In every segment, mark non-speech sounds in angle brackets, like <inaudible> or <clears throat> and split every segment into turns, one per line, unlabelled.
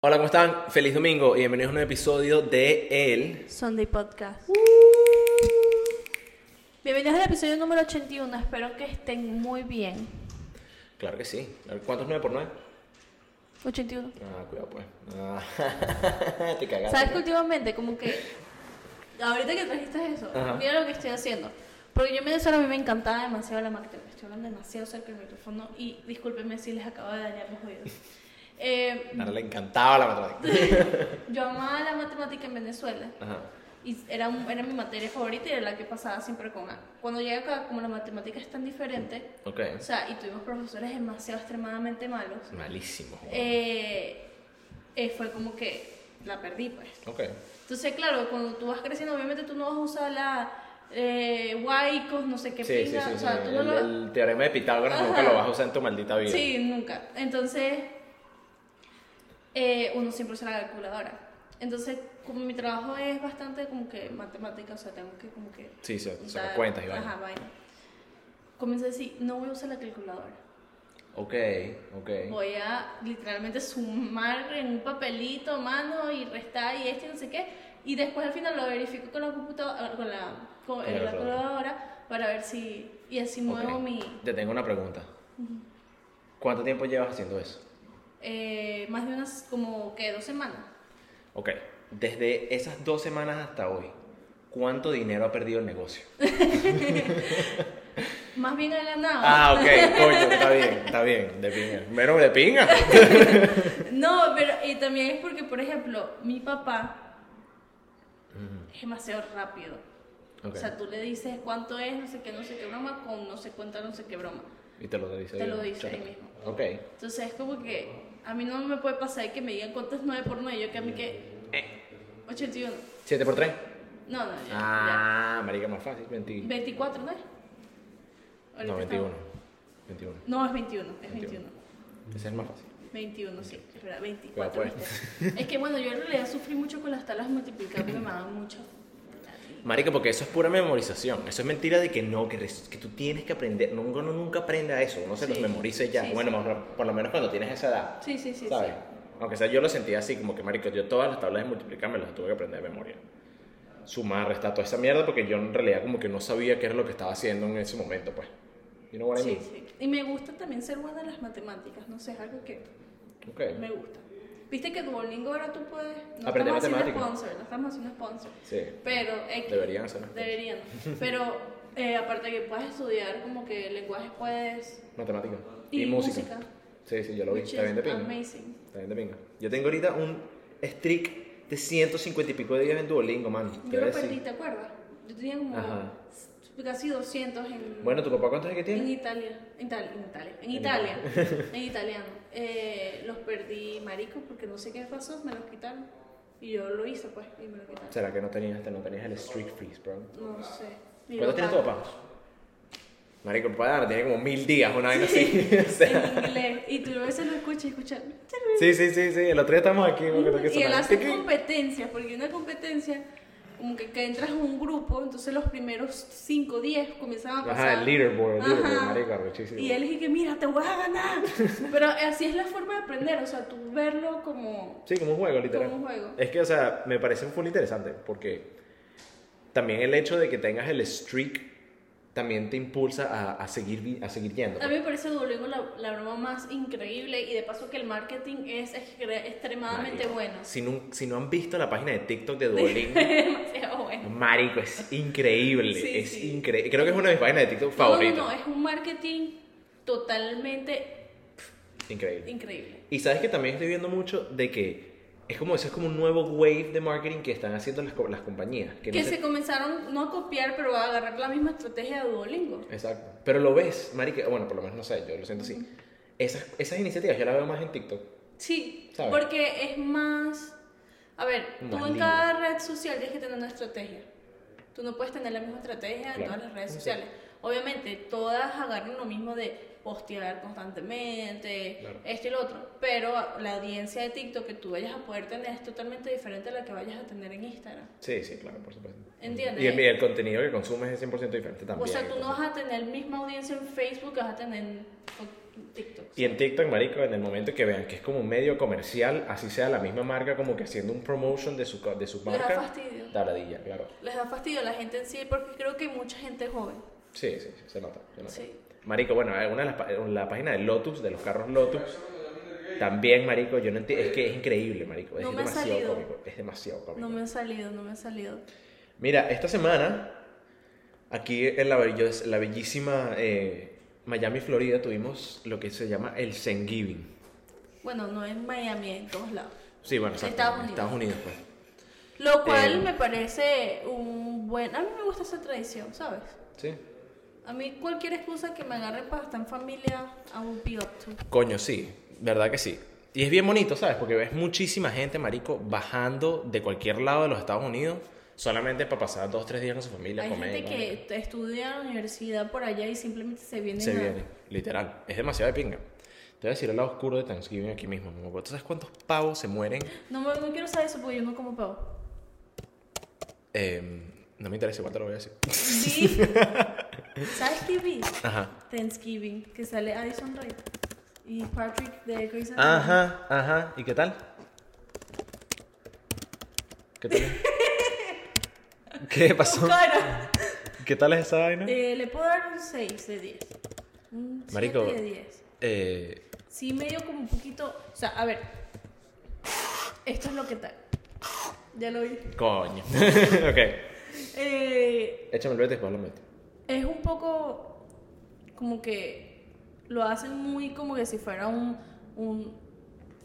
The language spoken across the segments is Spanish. Hola, ¿cómo están? Feliz domingo y bienvenidos a un nuevo episodio de El.
Sunday Podcast. Bienvenidos al episodio número 81. Espero que estén muy bien.
Claro que sí. A ver, ¿Cuántos 9 por 9?
81.
Ah, cuidado pues. Ah, <laughs> te cagaste.
¿Sabes que últimamente, como que. Ahorita que trajiste eso,
Ajá.
mira lo que estoy haciendo. Porque yo en Venezuela a mí me encantaba demasiado la máquina. Estoy hablando demasiado cerca del micrófono y discúlpenme si les acabo de dañar los oídos. Eh,
Nara le encantaba la matemática.
yo amaba la matemática en Venezuela.
Ajá.
Y era, un- era mi materia favorita y era la que pasaba siempre con A. Cuando llegué acá, como la matemática es tan diferente,
Ok.
O sea, y tuvimos profesores demasiado extremadamente malos.
Malísimo.
Eh, eh, fue como que la perdí, pues.
Ok.
Entonces, claro, cuando tú vas creciendo, obviamente tú no vas a usar la eh, guaicos, no sé qué
sí, sí, sí.
pinga,
sí,
o sea, tú
el,
no lo-
el teorema de Pitágoras
Ajá.
nunca lo vas a usar en tu maldita vida.
Sí, nunca. Entonces, eh, uno siempre usa la calculadora. Entonces, como mi trabajo es bastante como que matemática, o sea, tengo que como que
Sí, se, se
dar-
cuentas y
Ajá,
vaina.
vaina. Comienzo a decir, no voy a usar la calculadora.
Ok, ok.
Voy a literalmente sumar en un papelito a mano y restar y este y no sé qué. Y después al final lo verifico con la computadora, ah, con la, con
Con
eh,
la
la
calculadora.
calculadora para ver si. Y así
Ok.
muevo mi.
Te tengo una pregunta. ¿Cuánto tiempo llevas haciendo eso?
eh, más de unas como que dos semanas.
Ok, desde esas dos semanas hasta hoy, ¿cuánto dinero ha perdido el negocio?
Más bien he ganado.
Ah, ok, coño, está bien, está bien, de pinga. Menos de pinga.
No, pero y también es porque, por ejemplo, mi papá es demasiado rápido.
Mm. Ok.
O sea, tú le dices cuánto es, no sé qué, no sé qué broma, con no sé cuánta, no sé qué broma.
Y te lo dice
Te
ahí,
lo
¿no?
dice ahí
Chata.
mismo.
Ok.
Entonces es como que a mí no me puede pasar que me digan cuánto es 9 por 9, yo que a mí que
Eh,
81.
¿7 por 3?
No, no, ya.
Ah, marica, más fácil,
ya.
20.
24, ¿no es? Ahorita
No,
estamos-
21. 21.
No, es 21, es
21.
21.
Ese es el más fácil.
21, sí, es verdad, 24.
Cuidado, pues.
¿viste? Es que bueno, yo en realidad sufrí mucho con las tablas multiplicadas porque me daban mucho.
Marica, porque eso es pura memorización. Eso es mentira de que no, que, res- que tú tienes que aprender. No, Uno nunca aprende a eso. Uno se los
Sí.
memorice ya.
Sí,
bueno,
sí.
más- por lo menos cuando tienes esa edad.
Sí, sí, sí,
¿Sabes? Aunque sea, yo lo sentía así, como que, marico, yo todas las tablas de multiplicar me las tuve que aprender de memoria. Sumar, restar, toda esa mierda, porque yo en realidad como que no sabía qué era lo que estaba haciendo en ese momento, pues. You know what
sí.
I mean?
Sí, sí. Y me gusta también ser buena en las matemáticas, no sé, es algo que
Ok.
me gusta. Viste que Duolingo ahora tú puedes. No
Aprender
estamos haciendo
matemáticas.
sponsor, no estamos haciendo sponsor.
Sí.
Pero X.
Deberían hacerlo.
Deberían.
<laughs>
Pero eh, aparte que puedes estudiar como que lenguajes puedes.
Matemática. Y,
Y
música.
música.
Sí, sí, yo lo vi.
which
Está bien de
is
pinga.
amazing.
Está bien de pinga. Yo tengo ahorita un streak de 150 y pico de días en Duolingo, man. Te
Yo
voy
lo
a decir.
perdí, ¿te acuerdas? Yo tenía como
Ajá.
casi 200 en,
Bueno, ¿tu papá cuántos es que
en
tiene?
Italia. Italia, en Italia. En
En
Italia. en italiano. Eh, los perdí marico porque no sé qué pasó, me los quitaron. Y yo lo hice pues, y me lo quitaron.
¿Será que no tenías, este, no tenías el streak freeze, bro?
No sé. Mi
¿Cuántos tiene tu papá? Marico, mi papá tiene como mil días, una vaina así. <laughs> O sea,
En inglés. Y tú a veces lo escuchas y escuchas.
sí, sí, sí, sí. El otro día estamos aquí, me acuerdo que
Y él
sonaba.
hace competencias, porque una competencia, como que, que entras a un grupo, entonces los primeros 5 10 comenzaban a pasar.
Ajá, el leaderboard, el
Ajá.
leaderboard, marico, arrechísimo.
Y él dije que mira, te voy a ganar. <laughs> Pero así es la forma de aprender, o sea, tú verlo como.
Sí, como un juego, literal.
Como un juego.
Es que, o sea, me parece un full interesante porque también el hecho de que tengas el streak también te impulsa a, a seguir, vi- a seguir yendo. pues.
A mí me parece Duolingo la, la broma más increíble y de paso que el marketing es excre- extremadamente
Marico,
bueno. <laughs>
Si no, si no han visto la página de TikTok de Duolingo,
Demasiado bueno.
marico, es increíble.
Sí,
es
sí.
increíble. Creo que es una de mis páginas de TikTok
No, no,
favoritas.
no, es un marketing totalmente
Increíble.
increíble.
Y sabes que también estoy viendo mucho de que es como eso es como un nuevo wave de marketing que están haciendo las, co- las compañías. Que no
Que
se-
se comenzaron no a copiar, pero a agarrar la misma estrategia de Duolingo.
Exacto. Pero lo ves, marica, bueno, por lo menos no sé, yo lo siento así. Esas, esas iniciativas yo las veo más en TikTok.
Sí,
¿Sabes?
porque es más... A ver, tú
Más
en
libre.
cada red social tienes que tener una estrategia. Tú no puedes tener la misma estrategia en
Claro.
todas las redes
Sí.
sociales. Obviamente, todas agarran lo mismo de postear constantemente,
Claro.
esto y lo otro. Pero la audiencia de TikTok que tú vayas a poder tener es totalmente diferente a la que vayas a tener en Instagram.
Sí, sí, claro, por supuesto.
¿Entiendes?
Y el, y el contenido que consumes es 100% diferente también.
o sea, tú no
entonces.
vas a tener misma audiencia en Facebook que vas a tener en TikTok.
Y en TikTok, marico, en el momento que vean que es como un medio comercial, así sea la misma marca como que haciendo un promotion de su, co- de su
Les da
marca,
fastidio.
tabladilla, claro.
Les da fastidio a la gente en sí porque creo que hay mucha gente joven.
Sí, sí, sí, se nota. se nota.
Sí.
Marico, bueno, eh, una de las pa- la página de Lotus, de los carros Lotus, también, marico, yo no entiendo, es que es increíble, marico, es
No me ha
demasiado
salido.
cómico, es demasiado cómico.
No me han salido, no me han salido.
Mira, esta semana, aquí en la, bello- la bellísima eh, Miami, Florida, tuvimos lo que se llama el Thanksgiving.
Bueno, no en Miami, en todos lados.
Sí, bueno, exacto,
Estados
en
Unidos.
Estados Unidos, pues.
Lo cual
Eh.
me parece un buen... A mí me gusta esa tradición, ¿sabes?
Sí.
A mí cualquier excusa que me agarre para estar en familia, I will be up to.
Coño, sí, verdad que sí. Y es bien bonito, ¿sabes? Porque ves muchísima gente, marico, bajando de cualquier lado de los Estados Unidos solamente para pasar dos, tres días con su familia,
Hay
comer.
gente
comer.
que estudia en la universidad por allá y simplemente se viene.
Se viene, literal. Es demasiado de pinga. Te voy a decir el lado oscuro de Thanksgiving aquí mismo. ¿no? ¿Tú sabes cuántos pavos se mueren?
No, me- no quiero saber eso porque yo no como pavo.
<laughs> Eh, no me interesa, igual te lo voy a decir.
Sí. ¿Sabes qué vi?
Ajá.
Thanksgiving, que sale Addison Rae y Patrick de Grey's Anatomy.
Ajá, ajá. ¿Y qué tal? ¿Qué tal? ¿Qué pasó?
Cara.
¿Qué tal es esa vaina?
Eh, le puedo dar un 6 de 10. Un
Marico.
7 de 10.
Eh,
Sí, medio como un poquito. O sea, a ver. Esto es lo que tal. Ya lo vi.
coño. <laughs> ok.
Eh,
Échame el vete y después lo meto.
es un poco como que lo hacen muy como que si fuera un, un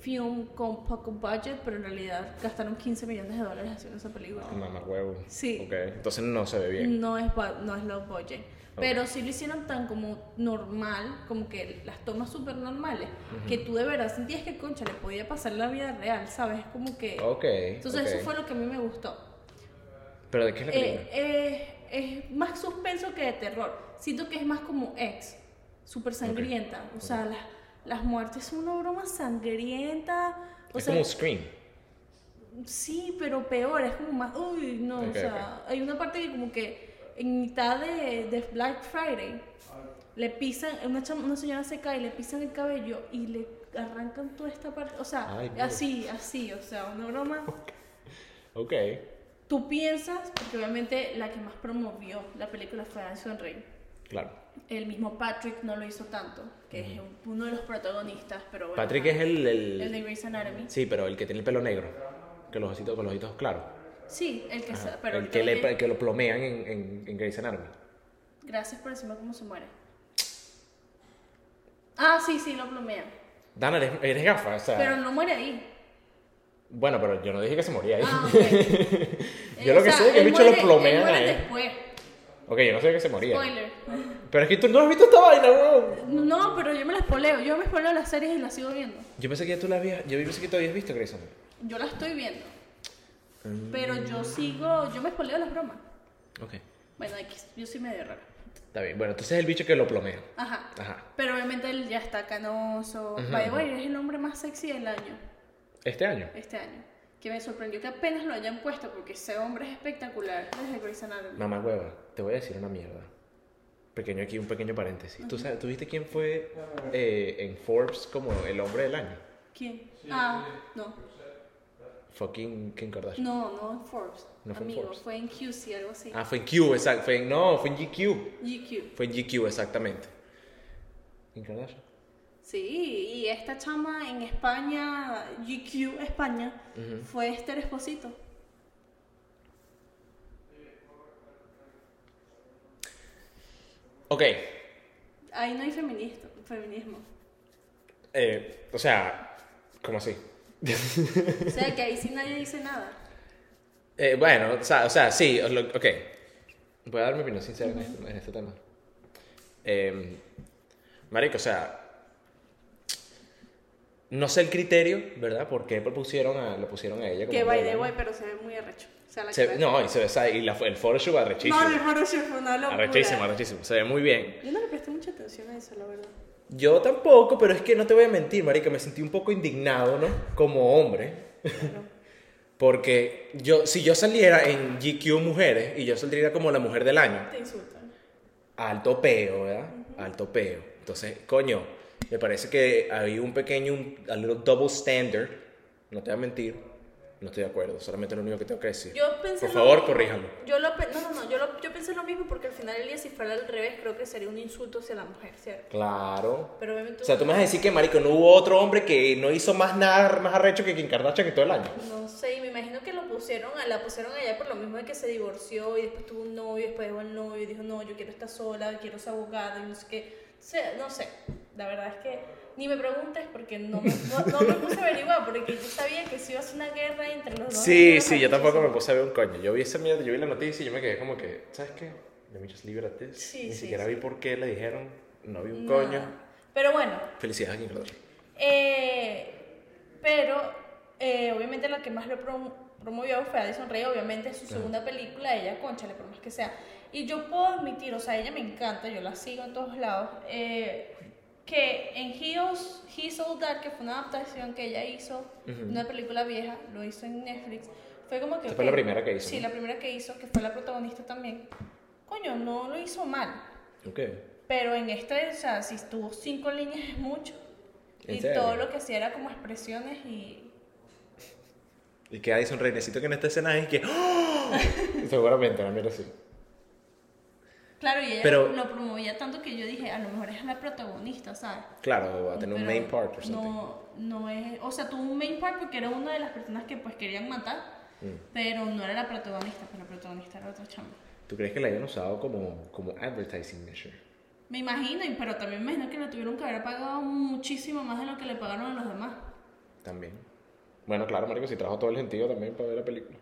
film con poco budget, pero en realidad gastaron 15 millones de dólares haciendo esa película.
Mamá huevo.
Sí.
Ok. Entonces no se ve bien.
No es, ba- no es low budget. Pero sí lo hicieron tan como normal, como que las tomas súper normales, que tú de verdad sentías que, concha, le podía pasar la vida real, ¿sabes? Como que...
Ok.
Mm. Entonces
ok.
eso fue lo que a mí me gustó.
¿Pero de qué es la película?
Eh, eh, es más suspenso que de terror. Siento que es más como ex, súper sangrienta. O sea, las, las muertes son una broma sangrienta. O
es
sea,
como un scream.
sí, pero peor, es como más. Uy, no,
Ok,
o sea, hay una parte que, como que en mitad de, de Black Friday, le pisan, una, chama- una señora se cae, le pisan el cabello y le arrancan toda esta parte. O sea,
Ay, Dios.
así, así, o sea, una broma.
Ok.
Tú piensas, porque obviamente la que más promovió la película fue Addison Rae.
Claro.
El mismo Patrick no lo hizo tanto, que es uno de los protagonistas, pero bueno.
Patrick es el, el-
El de Grey's Anatomy.
Sí, pero el que tiene el pelo negro. Que los ositos, con los ojitos claros.
Sí, el que...
Ajá.
sa- pero
el que, le-
ahorita-
que lo plomean en, en, en Grey's Anatomy.
Gracias por decirme cómo se muere. Ah, sí, sí, lo plomean.
Dana, eres, eres gafa. O sea,
Pero no
<laughs>
muere ahí.
Bueno, pero yo no dije que se moría ahí.
Ah, ok.
<laughs> Yo lo que sé es que el
él
bicho lo
muere-
plomean
él muere
a él.
después.
Ok, yo no sé que se moría.
Spoiler.
Pero es que tú no has visto esta vaina, weón.
No, pero yo me las poleo. Yo me poleo las series y las sigo viendo.
Yo pensé que ya tú la habías. Yo pensé que tú habías visto Grey's Anatomy. Mm,
Yo la estoy viendo. Pero yo sigo, yo me espoleo las bromas.
Ok.
Bueno, X, yo soy medio rara.
Está bien. Bueno, entonces es el bicho que lo plomea.
Ajá.
Ajá.
Pero obviamente él ya está canoso. By the way, es el hombre más sexy del año,
Este año.
este año. Que me sorprendió que apenas lo hayan puesto porque ese hombre es espectacular desde Grey's Anatomy.
Mamá hueva, te voy a decir una mierda. Pequeño aquí, un pequeño paréntesis. ¿Tú, sabes, ¿Tú viste quién fue eh, en Forbes como el hombre del año?
¿Quién? ah, no.
Fucking Kim Kardashian.
No, no en Forbes.
No fue en
Amigo,
Forbes.
fue en QC, algo así.
Ah, fue en Q, exacto. Fue en, no, fue en GQ.
GQ.
Fue en GQ, exactamente. Kim Kardashian.
Sí, y esta chama en España, GQ España, fue Esther Esposito.
Ok.
Ahí no hay feminista, feminismo.
eh, o sea, ¿cómo así?
O sea, que ahí sí nadie dice nada.
Eh, bueno, o sea, o sea sí, os lo- ok. Voy a dar mi opinión sincera en este, en este tema. Eh, marico, o sea, no sé el criterio, ¿verdad? ¿Por qué pusieron a, lo pusieron a ella? como
Que by
modelo?
the way, pero se ve muy arrecho. O sea, la
Se-
cara-
no, y, se, ve- o sea, y la, el photoshoot arrechísimo.
no, el Photoshop fue una locura.
arrechísimo, arrechísimo. Se ve muy bien.
Yo no le presté mucha atención a eso, la verdad.
Yo tampoco, pero es que no te voy a mentir, marico, me sentí un poco indignado, ¿no? Como hombre,
Claro.
porque yo, si yo saliera en GQ Mujeres y yo saldría como la mujer del año,
Te insultan.
alto peo, ¿verdad? Alto peo. Entonces, coño, Me parece que hay un pequeño, un, a little double standard. No te voy a mentir. No estoy de acuerdo. Solamente lo único que tengo que decir.
Yo pensé
Por
lo
favor,
mismo.
corríjalo.
Yo lo pe- no, no, no, yo, lo- yo pensé lo mismo porque al final el día si fuera al revés creo que sería un insulto hacia la mujer, ¿cierto?
Claro.
Pero obviamente...
O sea, tú me vas a decir que, marico, no hubo otro hombre que no hizo más nada más arrecho que Kim Kardashian que todo el año.
No sé, y me imagino que lo pusieron, la pusieron allá por lo mismo de que se divorció y después tuvo un novio, después dejó el novio y dijo, no, yo quiero estar sola, quiero ser abogada y no sé qué. O sea, no sé, la verdad es que ni me preguntes porque no me, no, no me puse a averiguar, porque yo sabía que si iba a ser una guerra entre los dos.
Sí,
Era
sí, yo tampoco me
maravilloso.
puse a ver un coño. Yo vi esa mierda, yo vi la noticia y yo me quedé como que, ¿sabes qué? Let me just leave it at this.
Sí,
Ni
sí,
siquiera
sí.
vi por qué le dijeron, no vi un
Nada.
coño.
Pero bueno,
Felicidades a Kim Kardashian.
Eh, pero eh, obviamente la que más lo prom- promovió fue Addison Rae, obviamente es su
Ajá.
segunda película, ella, conchale, por más que sea. Y yo puedo admitir, o sea, ella me encanta, yo la sigo en todos lados, eh, que en Heels, He Sold That, que fue una adaptación que ella hizo,
Ujú.
una película vieja, lo hizo en Netflix, fue como que...
Esa fue la
ok,
primera que hizo,
Sí,
¿no?
la primera que hizo, que fue la protagonista también. Coño, no lo hizo mal.
Ok.
Pero en este, o sea, si tuvo cinco líneas es mucho.
¿En
Y
serio?
todo lo que hacía era como expresiones y.
Y que Addison Rae, necesito que en esta escena es que... ¡Ah! <laughs> Seguramente, la mierda sí.
Claro, y ella
Pero-
lo promovía tanto que yo dije, a lo mejor es la protagonista, ¿sabes?
Claro, va a tener un
Pero
main part o something.
No, no es. O sea, tuvo un main part porque era una de las personas que pues querían matar,
Mm.
pero no era la protagonista, pero la protagonista era otra chamba.
¿Tú crees que la hayan usado como, como advertising measure?
Me imagino, y- pero también me imagino que le tuvieron que haber pagado muchísimo más de lo que le pagaron a los demás.
También. Bueno, claro, marico, si trajo todo el sentido también para ver la película.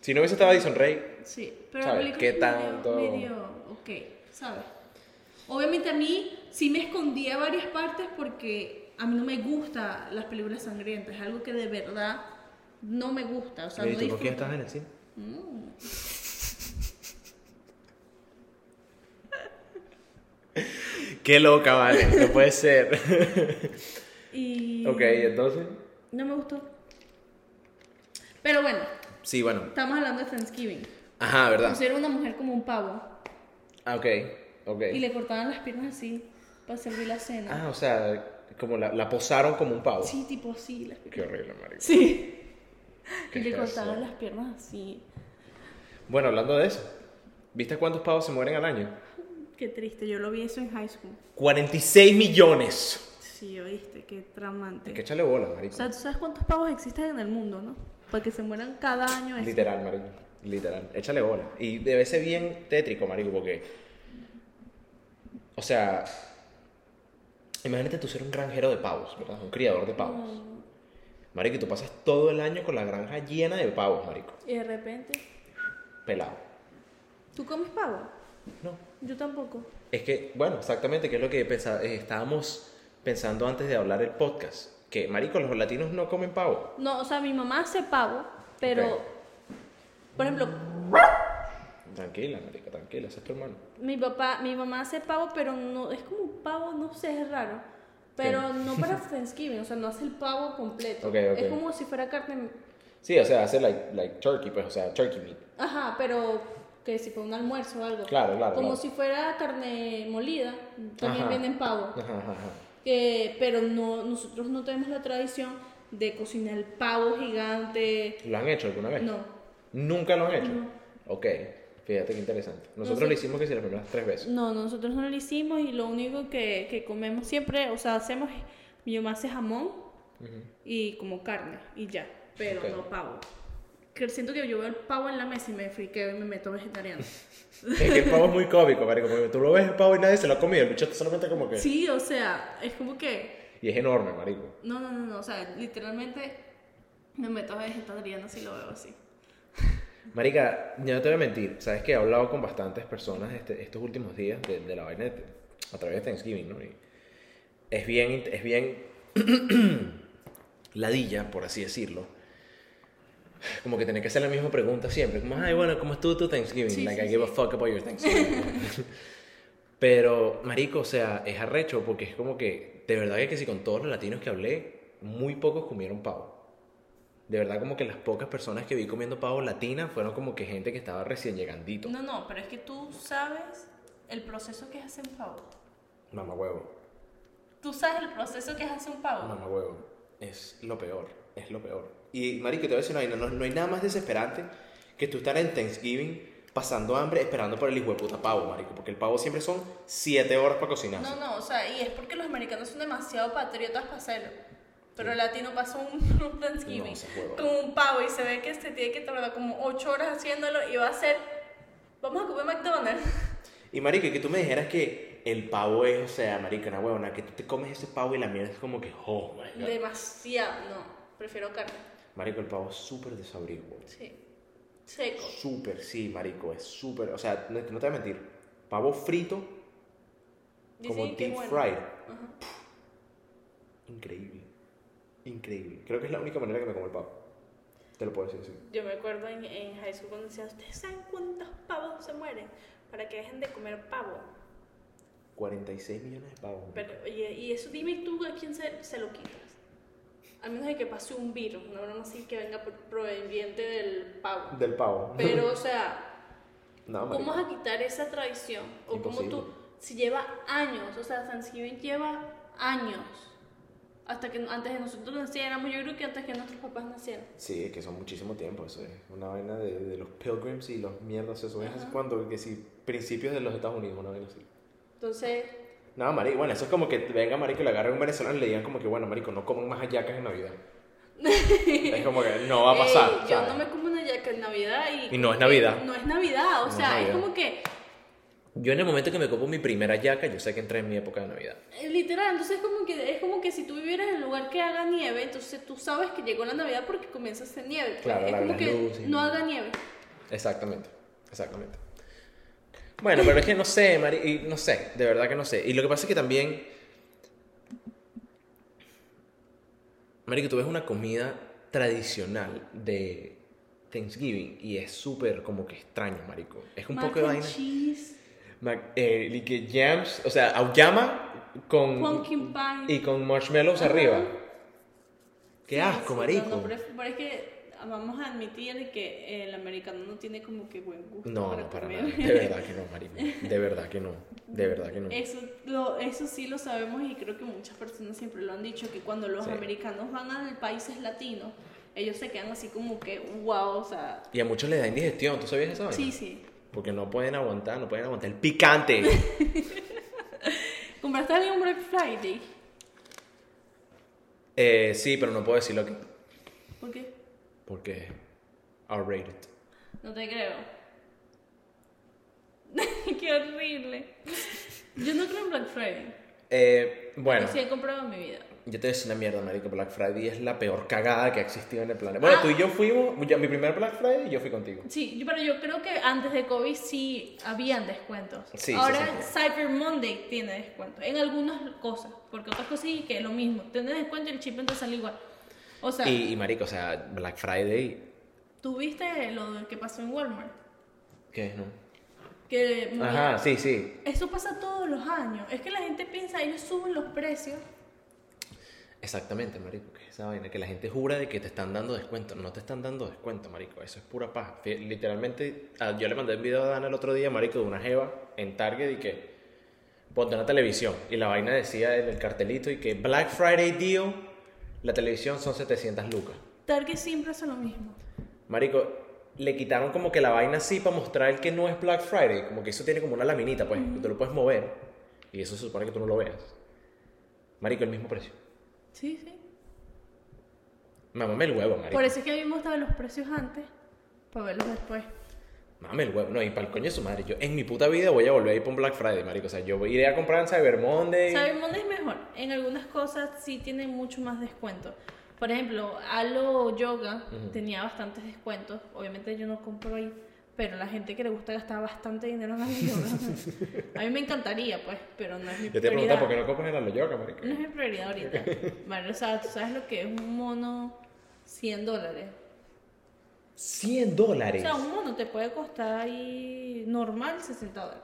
Si no hubiese estado Addison Rae,
Sí, pero
¿Sabes?
la película
¿Qué
es
tanto?
medio, medio, ok, ¿sabes? Obviamente a mí sí me escondía varias partes porque a mí no me gusta las películas sangrientas, es algo que de verdad no me gusta, o sea,
¿y
no
tú por qué estás
disfruto.
en el cine?
Mm.
<laughs> Qué loca, vale, no puede ser. <laughs>
Y
ok, entonces.
no me gustó. Pero bueno,
Sí, bueno.
estamos hablando de Thanksgiving.
Ajá, ¿verdad?
Pusieron una mujer como un pavo
Ah, ok, ok.
y le cortaban las piernas así para servir la cena.
Ah, o sea, como la, la posaron como un pavo.
Sí, tipo así, las
Qué
piernas.
horrible, marico.
Sí.
Qué
Y le
asco.
cortaban las piernas así.
Bueno, hablando de eso, ¿viste cuántos pavos se mueren al año?
Qué triste, yo lo vi eso en high school.
46 millones.
Sí, oíste, qué
Hay
tramante.
que echarle bola, marico.
O sea, tú sabes cuántos pavos existen en el mundo, ¿no? Porque se mueran cada año. Es...
Literal, marico. Literal. Échale bola. Y debe ser bien tétrico, marico, porque... O sea... Imagínate tú ser un granjero de pavos, ¿verdad? Un criador de pavos. Marico, y tú pasas todo el año con la granja llena de pavos, marico.
Y de repente,
Pelado.
¿tú comes pavo?
No.
Yo tampoco.
Es que, bueno, exactamente, que es lo que pensa- eh, estábamos pensando antes de hablar el podcast. Que, marico, los latinos no comen pavo.
No, o sea, mi mamá hace pavo, pero.
Ok.
Por ejemplo,
Tranquila, marico, tranquila. Ese es tu hermano.
mi papá, mi mamá hace pavo, pero no. Es como un pavo, no sé, es raro. Pero no
<laughs>
para Thanksgiving, o sea, no hace el pavo completo.
Ok, ok.
Es como si fuera carne.
Sí, o sea, hace like, like turkey, pues, o sea, turkey meat.
Ajá, pero que si fue un almuerzo o algo.
Claro, claro,
Como
claro.
si fuera carne molida, también
Ajá.
venden pavo.
Ajá, ajá, ajá.
Que- pero no, nosotros no tenemos la tradición de cocinar el pavo gigante.
¿Lo han hecho alguna vez?
No.
¿Nunca lo han hecho?
No.
Ok, fíjate qué interesante. Nosotros
sé.
lo hicimos que si las primeras tres veces.
No, nosotros no lo hicimos y lo único que, que comemos siempre, o sea, hacemos, mi mamá hace jamón y como carne y ya, pero
Ok.
no pavo. Que siento que yo veo el pavo en la mesa y me friqueo y me meto vegetariano.
Es que el pavo es muy cómico, marico, porque tú lo ves el pavo y nadie se lo ha comido. El bicho está solamente como que...
sí, o sea, es como que
Y es enorme, marico.
No, no, no, no, o sea, literalmente me meto vegetariana si lo veo así.
Marica, yo no te voy a mentir. Sabes que he hablado con bastantes personas este- estos últimos días de, de la vaina de- a través de Thanksgiving, ¿no? Y es bien, es bien <clears throat> ladilla, por así decirlo. Como que tenés que hacer la misma pregunta siempre. Como, ay, bueno, ¿cómo estuvo tu Thanksgiving?
Sí,
like,
sí,
I give
sí.
a fuck about your Thanksgiving. Pero, marico, o sea, es arrecho porque es como que, de verdad que si con todos los latinos que hablé, muy pocos comieron pavo. De verdad como que las pocas personas que vi comiendo pavo latina fueron como que gente que estaba recién llegandito.
No, no, pero es que tú sabes el proceso que es hacer un pavo.
Mamá huevo.
Tú sabes el proceso que es hacer un pavo.
Mamá huevo. Es lo peor. Es lo peor. Y marico, te voy a decir una vaina, No, no hay nada más desesperante que tú estar en Thanksgiving pasando hambre esperando por el hijo de puta pavo, marico. Porque el pavo siempre son 7 horas para cocinar.
No, no, o sea, y es porque los americanos son demasiado patriotas para hacerlo. Pero el latino pasó un, <laughs> un Thanksgiving
No, se juega.
con un pavo y se ve que se tiene que tardar como 8 horas haciéndolo y va a ser. Vamos a comer McDonald's.
Y marico, y que tú me dijeras que el pavo es, o sea, marico, una huevona, que tú te comes ese pavo y la mierda es como que, oh, my God.
Demasiado, no. Prefiero carne.
Marico, el pavo es súper desabrido, huevón.
Sí. Seco.
Súper, sí, marico, es súper, o sea, no, no te voy a mentir. Pavo frito,
Dicen
como
que
deep
es bueno.
fried.
Ajá.
Increíble. Increíble. Creo que es la única manera que me como el pavo. Te lo puedo decir, sí.
Yo me acuerdo en, en high school cuando decía, ¿ustedes saben cuántos pavos se mueren? Para que dejen de comer pavo.
46 millones de pavos.
Pero, oye, y eso dime tú a quién se, se lo quitas. Al menos de que pase un virus, no broma así que venga pro- proveniente del pavo.
Del pavo.
Pero, o sea,
no, marico.
¿cómo vas a quitar esa tradición? O cómo tú,
Imposible.
si lleva años, o sea, Thanksgiving lleva años. Hasta que antes de nosotros naciéramos, yo creo que antes que nuestros papás nacieran.
Sí, es que son muchísimo tiempo, eso es una vaina de, de los pilgrims y los mierdas, eso es
Ajá.
cuando, que si, principios de los Estados Unidos, una vaina así.
Entonces,
No, marico, bueno, eso es como que venga marico y le agarren un venezolano y le digan como que, bueno, marico, no coman más hallacas en
<laughs>
Navidad. es como que no va a
Ey,
pasar,
yo
¿sabes?
no me como una yaca en Navidad y.
Y no es Navidad.
No es Navidad, o
No es
sea, es
Navidad.
como que.
Yo en el momento que me como mi primera hallaca, yo sé que entré en mi época de Navidad.
eh, Literal, entonces es como que es como que si tú vivieras en un lugar que haga nieve, entonces tú sabes que llegó la Navidad porque comienza a hacer nieve. pues,
Claro,
es
la-
como
las
que
luces.
no haga nieve.
Exactamente, exactamente. Bueno, pero es que no sé, Mari, y no sé, de verdad que no sé. Y lo que pasa es que también. Mari, que tú ves una comida tradicional de Thanksgiving y es súper como que extraño, marico. Es un
Mac
poco de
and
vaina.
cheese,
Mac- eh, y que jams, o sea, auyama con.
pumpkin pie.
y con marshmallows
Ajá.
arriba. Qué
Sí,
asco,
sí,
marico.
no, no, pero, es, pero es que vamos a admitir que el americano no tiene como que buen gusto.
No,
para
no, para
comer.
nada. De verdad que no, marico. De verdad que no. De verdad que no.
Eso, lo, eso sí lo sabemos y creo que muchas personas siempre lo han dicho, que cuando los
Sí.
americanos van a países latinos, ellos se quedan así como que, wow, o sea,
Y a muchos les da indigestión, ¿tú sabías eso?
sí, sí.
Porque no pueden aguantar, no pueden aguantar el picante.
<laughs> ¿Compraste algo en Black Friday?
eh, sí, pero no puedo decirlo aquí.
¿Por qué?
Porque R-rated.
No te creo. <laughs> qué horrible. Yo no creo en Black Friday.
Eh, bueno,
Yo sí he comprado en mi vida.
yo te voy a decir una mierda, marico. Black Friday es la peor cagada que ha existido en el planeta.
Ah.
Bueno, tú y yo fuimos, yo- mi primer Black Friday, yo fui contigo.
Sí, yo- pero yo creo que antes de COVID sí habían descuentos.
Sí, sí,
Ahora
sí.
Cyber Monday tiene descuento en algunas cosas, porque otras cosas sí que es lo mismo. Tienes descuento y el chip te sale igual. O sea,
Y, y, marico, o sea, Black Friday,
¿tuviste lo que pasó en Walmart?
¿qué es, no?
Que movían-
Ajá, sí, sí.
Eso pasa todos los años. Es que la gente piensa, ellos suben los precios.
Exactamente, marico, que es esa vaina que la gente jura de que te están dando descuento, no te están dando descuento, marico, eso es pura paja. Fí- Literalmente, a- yo le mandé un video a Dana el otro día, marico, de una jeva en Target y que ponte una televisión y la vaina decía en el cartelito y que Black Friday deal, la televisión son 700 lucas.
Target siempre hace lo mismo.
Marico, le quitaron como que la vaina así para mostrar el que no es Black Friday, como que eso tiene como una laminita, pues, que tú lo puedes mover y eso se supone que tú no lo veas. Marico, el mismo precio.
Sí, sí.
Mamame el huevo, marico.
Por eso es que habíamos dado los precios antes, para verlos después.
Mame el huevo, no, y para el coño de su madre. Yo en mi puta vida voy a volver a ir por un Black Friday, marico. O sea, yo iré a comprar en Cyber Monday.
Cyber Monday es mejor. En algunas cosas sí tienen mucho más descuento. Por ejemplo, Halo Yoga tenía bastantes descuentos. Obviamente yo no compro ahí, pero la gente que le gusta gastar bastante dinero en Halo Yoga.
<laughs>
a mí me encantaría, pues, pero no es mi
Yo te voy a
prioridad.
preguntar por qué no compras en la Loyoca, marico.
No es mi prioridad ahorita.
<laughs>
Vale, o sea, tú sabes lo que es un mono 100 dólares.
100
O
dólares.
sea, un mono te puede costar ahí normal 60 dólares.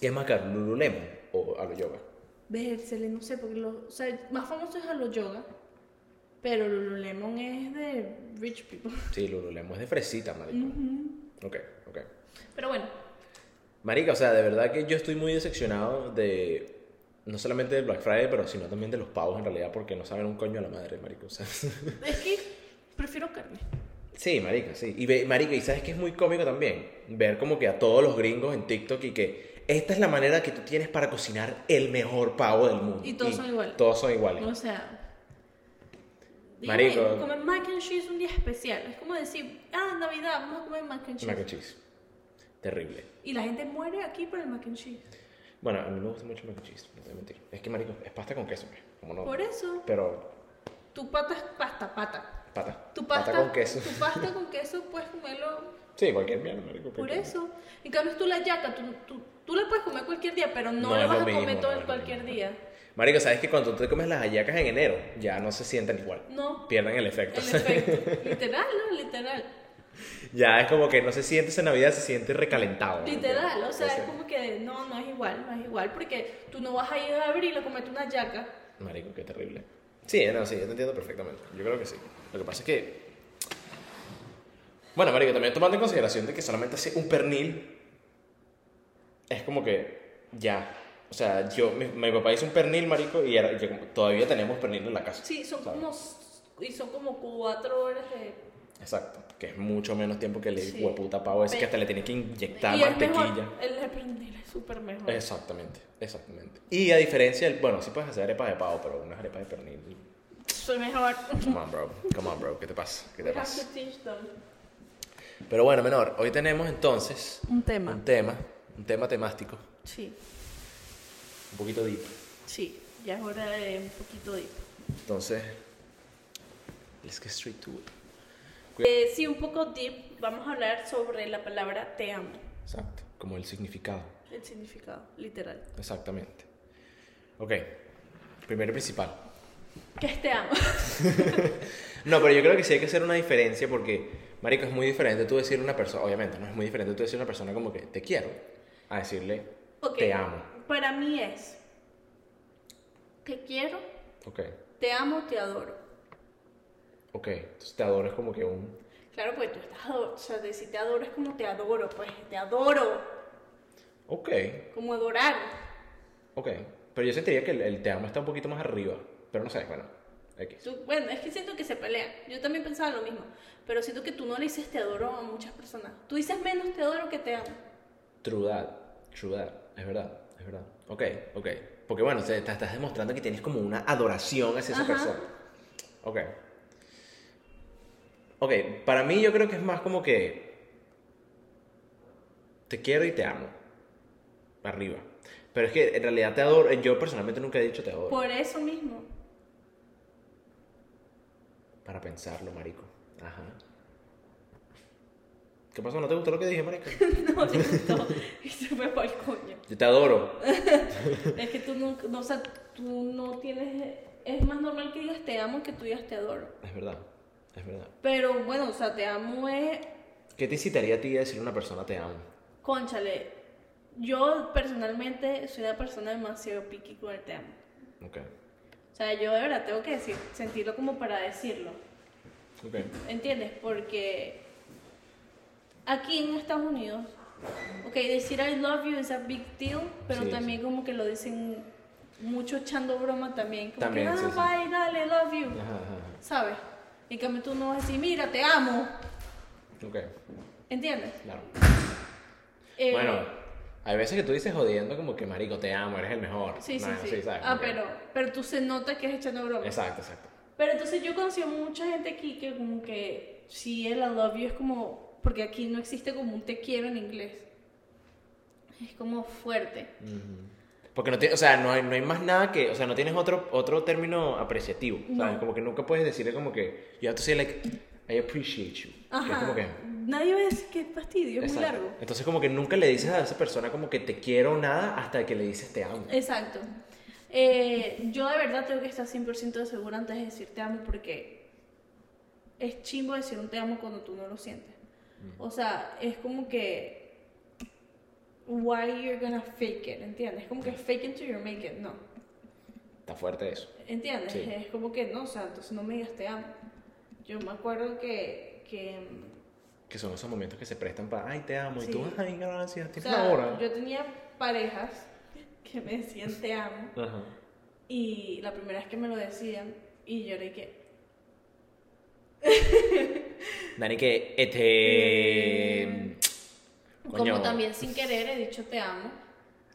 ¿Qué es más caro, Lululemon o a Loyoca?
Versele, no sé, porque los, o sea, más famoso es Halo Yoga, pero Lululemon es de rich people. <laughs>
Sí, Lululemon es de fresita, marico. Ok, ok.
Pero bueno,
Marica, o sea, de verdad que yo estoy muy decepcionado de, no solamente del Black Friday, pero sino también de los pavos en realidad, porque no saben un coño a la madre, marico. o sea. <laughs>
Es que prefiero carne.
Sí, marica, sí. Y ve, marica, y sabes que es muy cómico también ver como que a todos los gringos en TikTok y que esta es la manera que tú tienes para cocinar el mejor pavo del mundo.
Y todos son iguales.
Todos son iguales.
O sea. dígame,
Marico.
Comer mac and cheese un día especial. Es como decir, ah, Navidad, vamos a comer mac and cheese.
Mac and cheese. Terrible.
Y la gente muere aquí por el mac and cheese.
Bueno, a mí me gusta mucho el mac and cheese, no te voy a mentir. Es que, marico, es pasta con queso, pues, como no.
Por eso,
Pero
tu pata es pasta, pata.
pata.
Tu pasta,
Pata con queso.
Tu pasta con queso puedes comerlo
Sí, cualquier mierda, marico.
por
cualquier-
eso. En cambio, tú la yaca, tú, tú, tú la puedes comer cualquier día, pero no,
No
la
es
vas a
lo
comer
mismo,
todo
no es
el
lo
cualquier
mismo.
día.
Marico, sabes que cuando tú te comes las hallacas en enero, ya no se sienten igual.
No,
Pierden el efecto.
el efecto. literal, ¿no? Literal.
<laughs> ya es como que no se siente esa Navidad, se siente recalentado. ¿no?
Literal, o sea,
Entonces,
es como que no, no es igual, no es igual, porque tú no vas a ir a abril a comerte una yaca.
Marico, qué terrible. Sí, eh, no, sí, yo te entiendo perfectamente. Yo creo que sí. Lo que pasa es que. Bueno, Marico, también tomando en consideración de que solamente hace un pernil. Es como que. Ya. O sea, yo, mi, mi papá hizo un pernil, Marico, y era- yo como- todavía tenemos pernil en la casa.
Sí, son
¿sabes?
como, y son como cuatro horas de...
Exacto. Que es mucho menos tiempo que el
Sí.
hueputa pavo ese que
Pe-
hasta le tiene que inyectar
y es
mantequilla.
mejor, el de pernil es súper mejor.
Exactamente, exactamente. Y a diferencia del. Bueno, sí puedes hacer arepas de pavo, pero unas arepas de pernil.
Soy mejor.
Come on, bro. Come on, bro. ¿Qué te pasa? ¿Qué te
We have
pasa?
to teach them.
Pero bueno, menor, hoy tenemos entonces
Un tema.
un tema, un tema temático,
Sí,
un poquito deep.
sí, ya es hora de un poquito de...
Entonces, let's get straight to it.
Eh, sí, un poco deep, vamos a hablar sobre la palabra te amo,
Exacto, como el significado,
el significado, literal.
exactamente. Ok, primero y principal.
¿Qué es te
<laughs>
amo?
No, pero yo creo que sí hay que hacer una diferencia porque, marico, es muy diferente tú decirle a una persona, obviamente, no es muy diferente tú decirle a una persona como que te quiero, a decirle
Ok,
te amo.
Para mí es, te quiero,
Ok,
te amo, te adoro.
ok, entonces te adoro es como que un...
Claro, porque tú estás adorado, o sea, decir te adoro es como te adoro, pues, te adoro,
Ok,
como adorar.
ok, pero yo sentiría que el, el te amo está un poquito más arriba, pero no sé, bueno, X.
Tú- bueno, es que siento que se pelean, yo también pensaba lo mismo, pero siento que tú no le dices te adoro a muchas personas, tú dices menos te adoro que te amo.
True that, true that, es verdad, es verdad. Ok, ok. Porque bueno, se- te estás demostrando que tienes como una adoración hacia esa
Ajá.
persona. Ok. Ok, para mí yo creo que es más como que te quiero y te amo. Arriba. Pero es que en realidad te adoro, yo personalmente nunca he dicho te adoro.
Por eso mismo, <laughs>
Para pensarlo, marico. Ajá. ¿Qué pasó? ¿No te gustó lo que dije,
<laughs>
marico?
no te gustó y se fue para el coño.
Yo te adoro.
Es que tú no, no, o sea, tú no tienes, es más normal que digas te amo que tú digas te adoro.
Es verdad, es verdad.
Pero bueno, o sea, te amo es
¿Qué te incitaría a ti a decirle a una persona te amo?
Conchale, yo personalmente soy una persona demasiado picky con el te amo.
Ok.
O sea, yo de verdad tengo que decir, sentirlo como para decirlo.
Ok.
¿Entiendes? Porque aquí en Estados Unidos, ok, decir I love you es a big deal, pero
Sí,
también como que lo dicen mucho echando broma también. Como
También,
que, ah,
sí, sí.
bye, dale, love you.
Ajá, ajá, ajá.
¿Sabes? En cambio tú no vas a decir, mira, te amo.
Ok,
¿Entiendes?
claro.
Eh,
bueno, hay veces que tú dices jodiendo como que marico, te amo, eres el mejor.
Sí, sí,
Nah,
sí.
¿sabes?
ah,
Como que-
pero, pero tú se nota que es echando broma.
Exacto, exacto.
Pero entonces yo conocí a mucha gente aquí que como que sí, el I love you es como, porque aquí no existe como un te quiero en inglés. Es como fuerte.
Porque no tiene, o sea, no hay, no hay más nada que, o sea, no tienes otro, otro término apreciativo, ¿sabes?
No.
Como que nunca puedes decirle como que, you have to say like, I appreciate you. Que es
Ajá.
como que,
Nadie va a decir que fastidio, es
Exacto.
muy largo.
Entonces como que nunca le dices a esa persona como que te quiero nada hasta que le dices te amo.
Exacto. Eh, yo de verdad tengo que estar 100% de segura antes de decir te amo porque es chimbo decir un te amo cuando tú no lo sientes. O sea, es como que why you're gonna fake it, ¿entiendes? Es como que fake it till you make it, no.
Está fuerte eso.
¿Entiendes?
Sí.
Es como que no, o sea, entonces no me digas te amo. Yo me acuerdo que. que mm,
Que son esos momentos que se prestan para, ay, te amo,
Sí.
y tú, ay, gracias,
o
tienes
sea,
una hora.
yo tenía parejas que que me decían te amo.
Ajá.
Y la primera vez que me lo decían, y lloré que.
Dani, que
Mm.
este.
Como
coño.
también sin querer he dicho te amo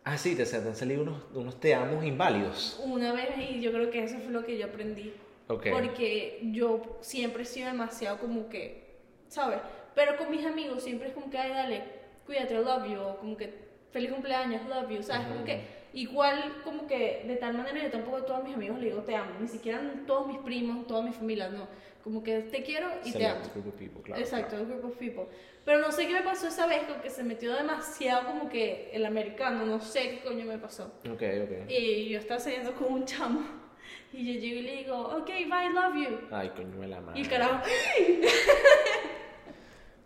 Ah, sí, te, te han salido unos, unos te amos inválidos.
una vez, y yo creo que eso fue lo que yo aprendí.
Ok.
Porque yo siempre he sido demasiado como que, ¿sabes? Pero con mis amigos siempre es como que, ay, dale, cuídate, love you, o como que, feliz cumpleaños, love you, ¿sabes? Como
Ujú.
que, igual, como que, de tal manera yo tampoco a todos mis amigos le digo te amo, ni siquiera a todos mis primos, toda mi familia, no. Como que te quiero y te amo.
Select group of people, claro,
Exacto, el grupo people. Pero no sé qué me pasó esa vez, como que se metió demasiado como que el americano, no sé qué coño me pasó.
claro. Ok, ok.
Y yo estaba saliendo con un chamo. <laughs> Y yo llego y le digo, ok, bye, love you.
Ay, coño de la madre.
Y el carajo,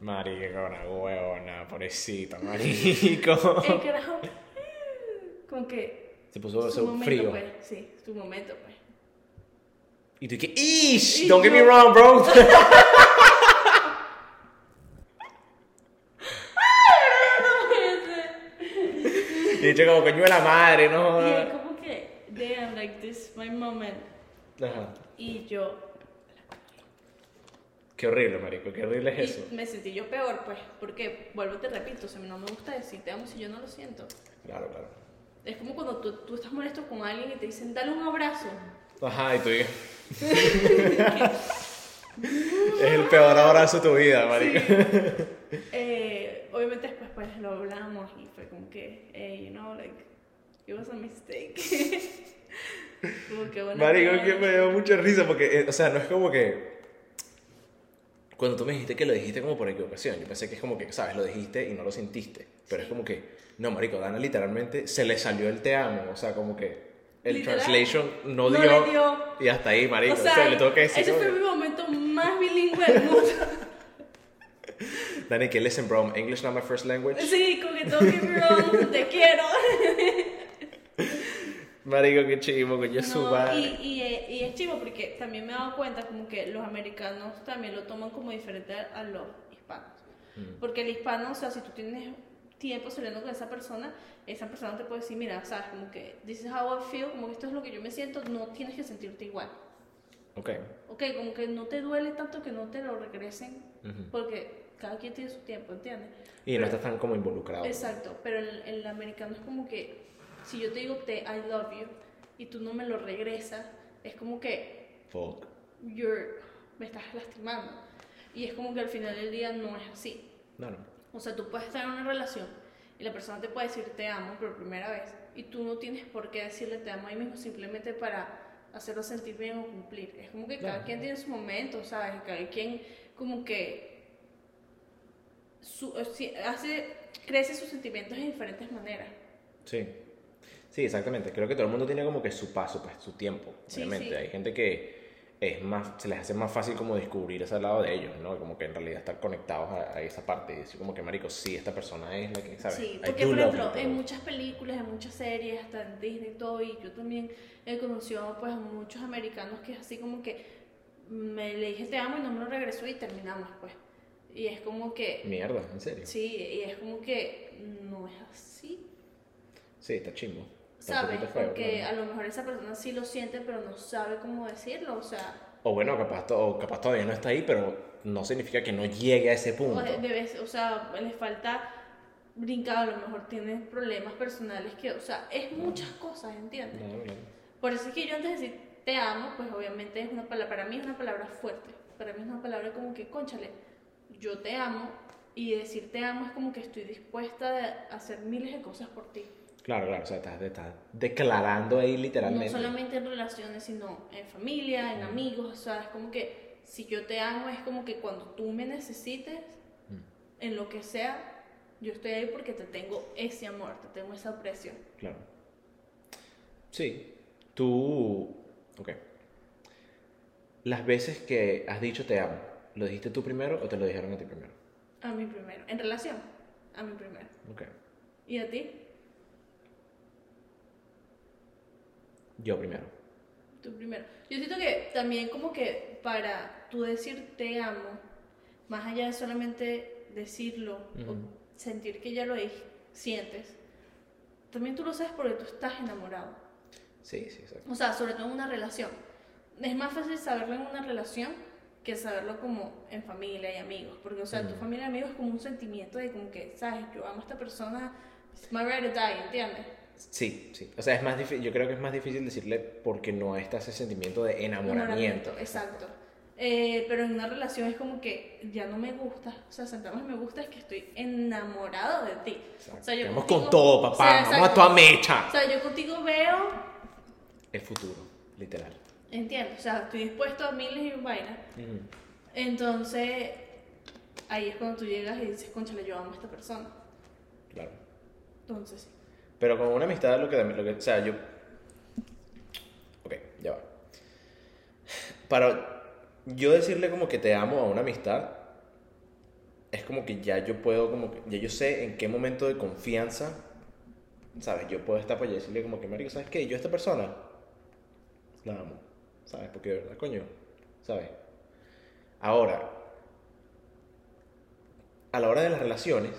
Marica, una huevona, pobrecito, marico. <laughs>
el carajo, <laughs> "Mm", como que.
Se puso
su
eso
momento,
frío.
Pues, sí, tu momento, pues.
Y tú que, ¡ish!
Y
Don't get me
yo-
wrong,
<laughs>
bro. y yo como, coño de la madre, no.
Y él,
jodas".
como que, damn, like this, my moment.
Ajá.
Y yo,
Qué horrible, marico, qué horrible es eso.
y me sentí yo peor, pues, porque, vuelvo, y te repito, o sea, a mí no me gusta decir te amo si yo no lo siento.
Claro, claro.
Es como cuando tú, tú estás molesto con alguien y te dicen, dale un abrazo.
Ajá, y tú
<laughs>
digas. <laughs> es el peor abrazo de tu vida, marico.
Eh, obviamente después pues lo hablamos y fue como que, hey, you know, like, it was a mistake. <laughs> como que bueno.
Marico,
bueno,
que me dio mucha risa porque, eh, o sea, no es como que. Cuando tú me dijiste que lo dijiste como por equivocación, yo pensé que es como que, ¿sabes? Lo dijiste y no lo sentiste. Pero es como que, no, Marico, Dana literalmente se le salió el te amo. O sea, como que el
Literal.
translation no
No
dio,
le dio.
Y hasta ahí, Marico.
o sea,
le tengo que decir.
ese
como
fue
que,
mi momento más bilingüe del mundo.
Dani, que listen, bro, English not my first language.
sí, como que don't get me wrong, te quiero.
Marico, qué chivo, coño, su
No,
madre.
y, y, eh, y es chivo porque también me he dado cuenta como que los americanos también lo toman como diferente a a los hispanos.
Mm,
Porque el hispano, o sea, si tú tienes tiempo saliendo con esa persona, esa persona te puede decir, mira, sabes, como que this is how I feel, como que esto es lo que yo me siento, no tienes que sentirte igual.
Ok.
Ok, como que no te duele tanto que no te lo regresen,
Ujú.
porque cada quien tiene su tiempo, ¿entiendes?
Y no estás tan como involucrado.
Exacto, pero el, el americano es como que si yo te digo te I love you y tú no me lo regresas, es como que
Fuck.
you're, me estás lastimando. Y es como que al final del día no es así.
No, no.
O sea, tú puedes estar en una relación y la persona te puede decir te amo por primera vez y tú no tienes por qué decirle te amo ahí mismo simplemente para hacerlo sentir bien o cumplir. Es como que cada
Claro.
quien tiene su momento, ¿sabes? Y Cada quien como que su- eh, si- hace, crece sus sentimientos de diferentes maneras.
Sí. Sí, exactamente. Creo que todo el mundo tiene como que su paso, pues su tiempo.
Sí,
Obviamente.
sí.
Hay gente que es más, se les hace más fácil como descubrir ese lado de ellos, ¿no? Como que en realidad estar conectados a, a esa parte. Y decir como que, marico, sí, esta persona es la que, ¿sabes?
Sí,
I
porque
do
por
love
ejemplo,
you,
en
pero-
muchas películas, en muchas series, hasta en Disney y todo, y yo también he conocido pues a muchos americanos que es así como que me le dije te amo y no me lo regresó y terminamos pues. Y es como que,
Mierda, en serio. Sí,
sí, y es como que no es así,
está chimbo. Está un
¿sabes?
poquito feo,
Porque
claro.
a lo mejor esa persona sí lo siente, pero no sabe cómo decirlo, o sea,
O bueno, capaz, to- o capaz todavía no está ahí, pero no significa que no llegue a ese
o,
punto.
de- debes, o sea, le falta brincar, a lo mejor tiene problemas personales que, o sea, es muchas cosas, ¿entiendes?
No, no, no.
Por eso es que yo antes de decir te amo, pues obviamente es una palabra, para mí es una palabra fuerte. Para mí es una palabra como que, conchale, yo te amo. Y decir te amo es como que estoy dispuesta a hacer miles de cosas por ti.
Claro, claro, o sea, estás, estás declarando ahí literalmente.
No solamente en relaciones, sino en familia, en amigos. O sea, es como que si yo te amo es como que cuando tú me necesites,
Mm.
en lo que sea, yo estoy ahí porque te tengo ese amor, te tengo ese aprecio.
Claro. Sí. Tú. Ok. Las veces que has dicho te amo, ¿lo dijiste tú primero o te lo dijeron a ti primero?
A mí primero. En relación, a mí primero.
Ok.
¿Y a ti?
Yo primero.
Tú primero. Yo siento que también como que para tú decir te amo, más allá de solamente decirlo
Ujú.
o sentir que ya lo di- sientes, también tú lo sabes porque tú estás enamorado.
Sí, sí, exacto.
O sea, sobre todo en una relación. Es más fácil saberlo en una relación que saberlo como en familia y amigos. Porque, o sea, tu
Mm.
familia y amigos es como un sentimiento de como que, ¿sabes? Yo amo a esta persona, it's my right to die, ¿entiendes?
Sí, sí. O sea, es más difícil, yo creo que es más difícil decirle porque no está ese sentimiento de enamoramiento.
Exacto. Eh, pero en una relación es como que ya no me gusta. O sea, sentamos en me gusta es que estoy enamorado de ti.
Exacto.
O sea, yo
Vamos
contigo-
con todo,
o sea,
papá. Vamos a
exacto.
toda mecha.
O sea, yo contigo veo,
El futuro, literal.
entiendo, o sea, estoy dispuesto a miles y vainas.
Ujú.
Entonces, ahí es cuando tú llegas y dices, conchale, yo amo a esta persona.
Claro.
Entonces, sí.
Pero con una amistad lo que también, lo que, o sea, yo... Ok, ya va. Para yo decirle como que te amo a una amistad, es como que ya yo puedo, como que, ya yo sé en qué momento de confianza, ¿sabes? Yo puedo estar para allá y decirle como que, marico, ¿sabes qué? Yo a esta persona la amo, ¿sabes? Porque de verdad, coño, ¿sabes? Ahora, a la hora de las relaciones,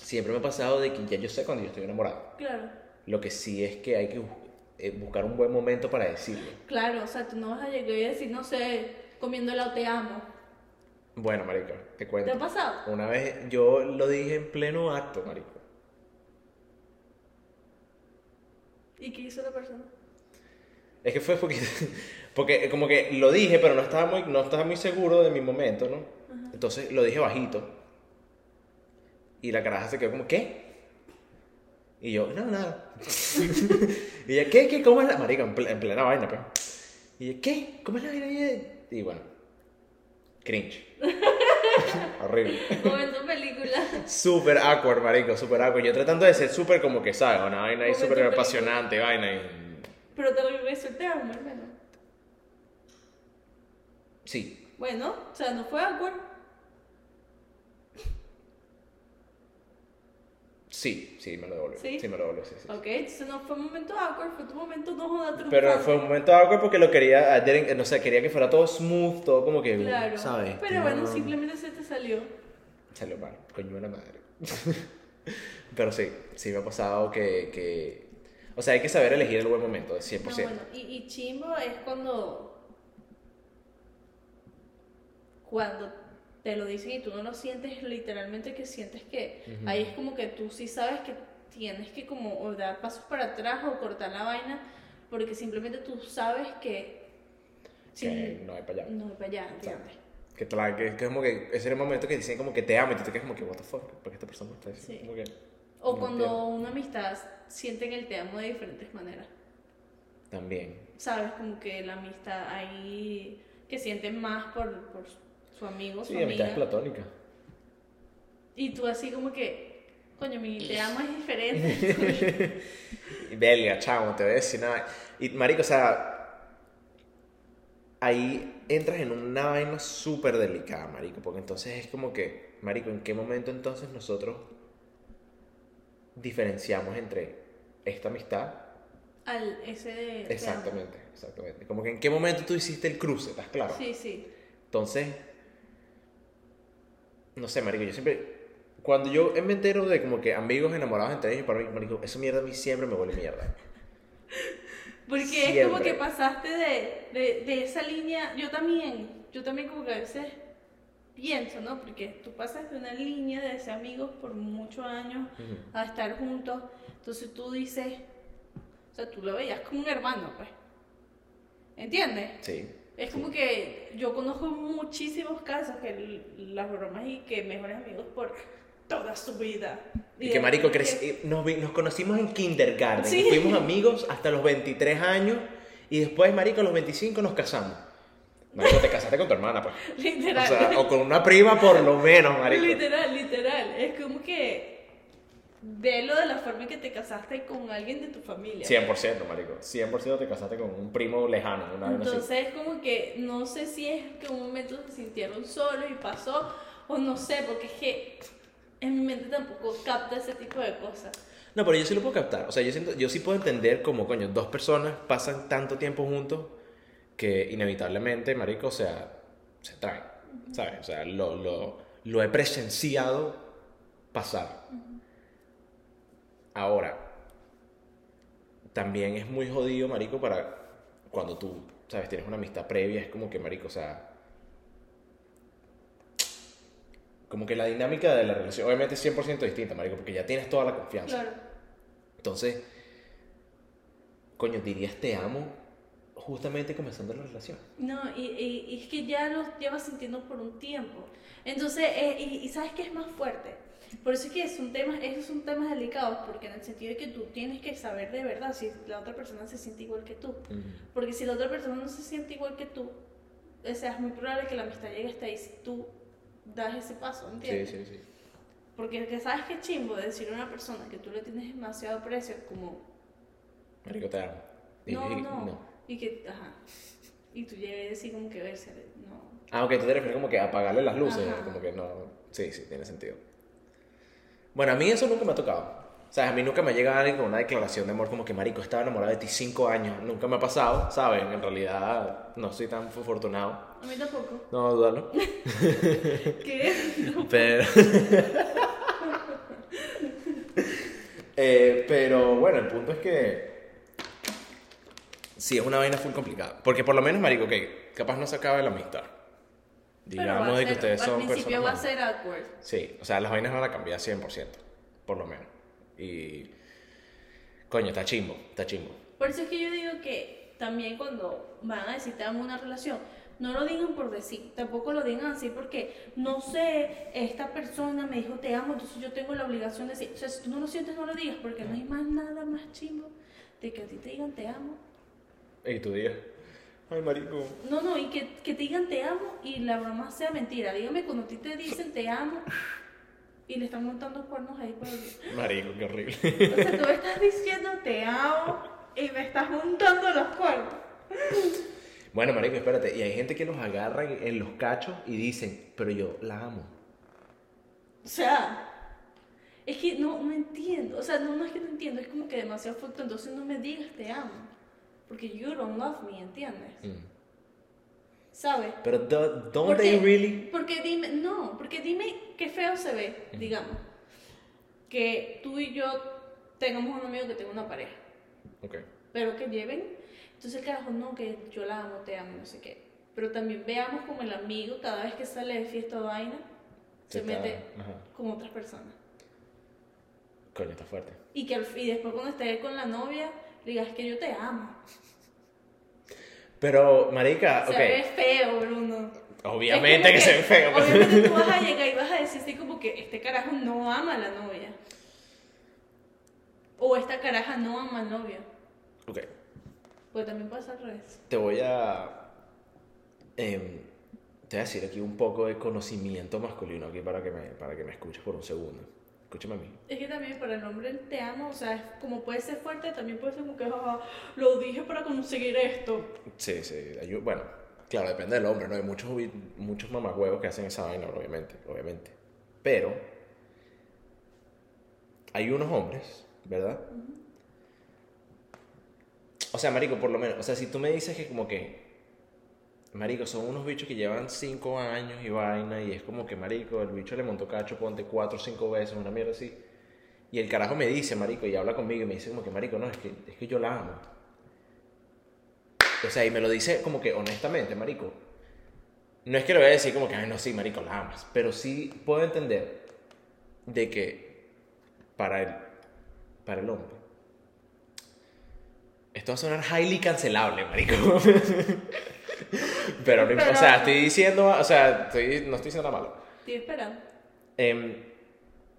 siempre me ha pasado de que ya yo sé cuando yo estoy enamorado.
claro,
Lo que sí es que hay que bus- eh, buscar un buen momento para decirlo.
claro, o sea, tú no vas a llegar y decir, no sé, comiendo helado te amo.
Bueno, marico, te
¿Te
cuento.
ha pasado?
Una vez yo lo dije en pleno acto, marico.
¿Y qué hizo la persona?
Es que fue porque, <laughs> porque como que lo dije, pero no estaba muy, no estaba muy seguro de mi momento, ¿no? Entonces lo dije bajito. Y la caraja se quedó como, ¿qué? Y yo, no, nada. <laughs> y ella, ¿qué? ¿Qué? ¿Cómo es la marica? En, ple- en plena vaina, pues. Y yo, ¿qué? ¿Cómo es la vaina? Y ella- Y bueno, cringe. <laughs> Horrible.
Momento película.
Súper awkward, marico, súper awkward. Yo tratando de ser súper como que, ¿sabes? Una vaina ahí
Momento
súper
película.
apasionante, vaina y...
Pero te regresó el te amo, hermano.
Sí,
Bueno, o sea, no fue awkward.
sí, sí, me lo devolvió.
¿Sí?
Sí, me lo devolvió, sí, sí.
Ok, entonces no fue un momento awkward, fue tu momento no joda truncado.
Pero fue un momento awkward porque lo quería, I didn't- no sé, quería que fuera todo smooth, todo como que,
Claro.
¿sabes?
Pero bueno,
No.
simplemente se te salió.
Salió mal, coño de la madre. <laughs> Pero sí, sí me ha pasado que, que... O sea, hay que saber elegir el buen momento, de 100%.
No, bueno, y, y chimbo es cuando. Cuando te lo dicen y tú no lo sientes, literalmente que sientes que.
Ujú.
Ahí es como que tú sí sabes que tienes que, como, o dar pasos para atrás o cortar la vaina, porque simplemente tú sabes que.
Que no hay para allá.
No, para allá,
Exacto.
¿entiendes?
Que, te la- que es como que ese era el momento que dicen como que te amo y tú te quedas como que, what the fuck, porque esta persona me está diciendo
Sí.
como que...
O
No
cuando
entiendo.
una amistad sienten el te amo de diferentes maneras.
También,
Sabes, como que la amistad ahí que sienten más por, por su amigo, su
Sí,
amiga.
amistades platónicas.
Y tú así como que, coño, mi te amo es diferente.
<laughs> Y <laughs> Belga, chamo, te voy a decir nada. Y marico, o sea, ahí entras en una vaina súper delicada, marico, porque entonces es como que, marico, ¿en qué momento entonces nosotros diferenciamos entre esta amistad?
Al ese de... te
Exactamente, exactamente. Como que en qué momento tú hiciste el cruce, ¿estás claro?
amo. Sí, sí.
Entonces, no sé, marico, yo siempre, cuando yo me entero de como que amigos enamorados entre ellos, para mí, marico, eso mierda a mí siempre me huele mierda.
Porque es como
Siempre.
que pasaste de, de, de esa línea, yo también, yo también como que a veces pienso, ¿no? Porque tú pasas de una línea de ser amigos por muchos años
Ujú.
a estar juntos. Entonces tú dices, o sea, tú lo veías como un hermano, pues. ¿Entiendes?
Sí.
Es como que yo conozco muchísimos casos que l- las bromas y que mejores amigos por toda su vida.
Y que marico,
de- <laughs>
crec- eh, nos, vi- nos conocimos en kindergarten,
Sí.
y fuimos amigos hasta los 23 años y después, marico, a los 25 nos casamos. Marico, te casaste con tu hermana, pues. O
Literal.
sea, o con una prima por lo menos, marico.
literal, literal. Es como que velo de la forma en que te casaste con alguien de tu familia.
100%, marico. 100% te casaste con un primo lejano, una vez así.
Entonces es como que no sé si es que un momento se sintieron solos y pasó, o no sé, porque es que en mi mente tampoco capta ese tipo de cosas.
No, pero yo sí lo puedo captar. O sea, yo, siento, yo sí puedo entender como, coño, dos personas pasan tanto tiempo juntos que inevitablemente, marico, o sea, se traen. ¿Sabes? O sea, lo, lo, lo he presenciado pasar. Ahora, también es muy jodido, marico, para cuando tú, sabes, tienes una amistad previa, es como que, marico, o sea... Como que la dinámica de la relación, obviamente es 100% distinta, marico, porque ya tienes toda la confianza.
Claro.
Entonces, coño, dirías te amo justamente comenzando la relación.
No, y, y- y es que ya lo llevas sintiendo por un tiempo. Entonces, eh, y, y sabes que es más fuerte. Por eso es que es un tema, esos son temas delicados, porque en el sentido de que tú tienes que saber de verdad si la otra persona se siente igual que tú. Porque si la otra persona no se siente igual que tú, o sea, es muy probable que la amistad llegue hasta ahí si tú das ese paso,
Sí,
¿entiendes?
sí, sí.
Porque que sabes que chimbo decirle a una persona que tú le tienes demasiado precio, como,
Marico, te amo. Y-
no,
y-
no, y que, ajá, y tú llegues a decir como que, verse, no,
Ah, ok, tú te refieres como que a apagarle las luces,
Ajá.
como que no. Sí, sí, tiene sentido. Bueno, a mí eso nunca me ha tocado. O sea, a mí nunca me llega alguien con una declaración de amor como que, marico, estaba enamorado de ti cinco años. Nunca me ha pasado, ¿sabes? En realidad no soy tan afortunado.
a mí tampoco.
No, dudarlo.
¿Qué? <laughs>
Pero. <laughs> Eh, pero bueno, el punto es que. Sí, es una vaina full complicada. Porque por lo menos, marico, que capaz no se acaba la amistad. Digamos de que ustedes son
Al principio
personas.
va a
maduras.
ser awkward.
Sí, o sea, las vainas van a cambiar 100%, por lo menos. Y. Coño, está chimbo, está chimbo.
Por eso es que yo digo que también cuando van a decir te amo en una relación, no lo digan por decir, tampoco lo digan así porque no sé, esta persona me dijo te amo, entonces yo tengo la obligación de decir. O sea, si tú no lo sientes, no lo digas porque no hay más nada más chimbo de que a ti te digan te amo.
Y tú digas, ay, marico.
No, no, y que, que te digan te amo y la broma sea mentira. Dígame cuando a ti te dicen te amo y le están montando cuernos ahí por el...
Marico, qué horrible. <laughs>
O sea, tú me estás diciendo te amo y me estás juntando los cuernos.
Bueno, marico, espérate. Y hay gente que los agarra en, en los cachos y dicen, pero yo la amo.
O sea, es que no, no entiendo. O sea, no, no es que no entiendo, es como que demasiado fuerte. Entonces no me digas te amo. Porque you don't love me, ¿entiendes?
Mm.
¿Sabes?
Pero do- don't
Porque-
they really?
Porque dime, no, porque dime qué feo se ve, digamos. Que tú y yo tengamos un amigo que tenga una pareja.
Ok.
pero que lleven. Entonces el carajo, no, que yo la amo, te amo, no sé qué. Pero también veamos como el amigo, cada vez que sale de fiesta o vaina, se,
está-
mete
Ajá.
con otras personas.
Coño, está fuerte.
Y que al fin, y después cuando esté con la novia, le digas "Es que yo te amo.
Pero, marica,
Se ve
ok.
feo, Bruno.
Obviamente que,
Es
se
<laughs>
ve
como
feo. pues.
Obviamente tú vas
<laughs>
a llegar y vas a decir así como que este carajo no ama a la novia. O esta caraja no ama al novio.
Ok.
Pues también pasa al revés.
Te voy a. em, te voy a decir aquí un poco de conocimiento masculino aquí para que me, para que me escuches por un segundo. Escúchame a mí.
Es que también para el hombre el te amo, o sea, es como puede ser fuerte, también puede ser como que "Ah, lo dije para conseguir esto.
Sí, sí. hay un- bueno, claro, depende del hombre, ¿no? Hay muchos, hubi- muchos mamagüevos que hacen esa vaina, obviamente, obviamente. Pero hay unos hombres, ¿verdad? O sea, marico, por lo menos, o sea, si tú me dices que como que, marico, son unos bichos que llevan cinco años y vaina, y es como que, marico, el bicho le montó cacho, ponte cuatro o cinco veces, una mierda así. Y el carajo me dice, marico, y habla conmigo y me dice como que, marico, no, es que, es que yo la amo. O sea, y me lo dice como que honestamente, marico. No es que lo voy a decir como que, ay, no, sí, marico, la amas. Pero sí puedo entender de que para el, para el hombre, esto va a sonar highly cancelable, marico. <laughs> Pero, no imp- o sea, estoy diciendo, o sea, estoy- no estoy diciendo nada malo.
Estoy esperando.
Em,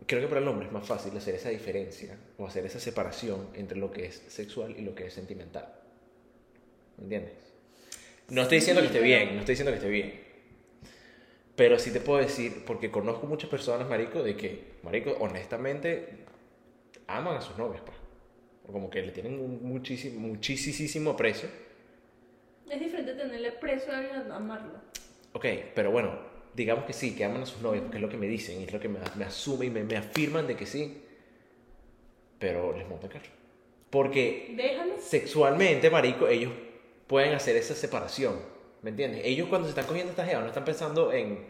creo que para el hombre es más fácil hacer esa diferencia o hacer esa separación entre lo que es sexual y lo que es sentimental. ¿Me entiendes? No estoy diciendo que esté
pero-
bien, no estoy diciendo que esté bien. Pero sí te puedo decir, porque conozco muchas personas, Marico, de que, Marico, honestamente, aman a sus novias, pues. O Como que le tienen un muchísimo, muchísimo aprecio.
Es diferente tenerle preso a alguien a amarlo.
Ok, pero bueno, digamos que sí, que aman a sus novias, porque es lo que me dicen, y es lo que me, me asumen y me, me afirman de que sí. Pero les monta el carro. Porque
Déjame.
sexualmente, marico, ellos pueden hacer esa separación. ¿Me entiendes? Ellos cuando se están cogiendo estas jevas no están pensando en.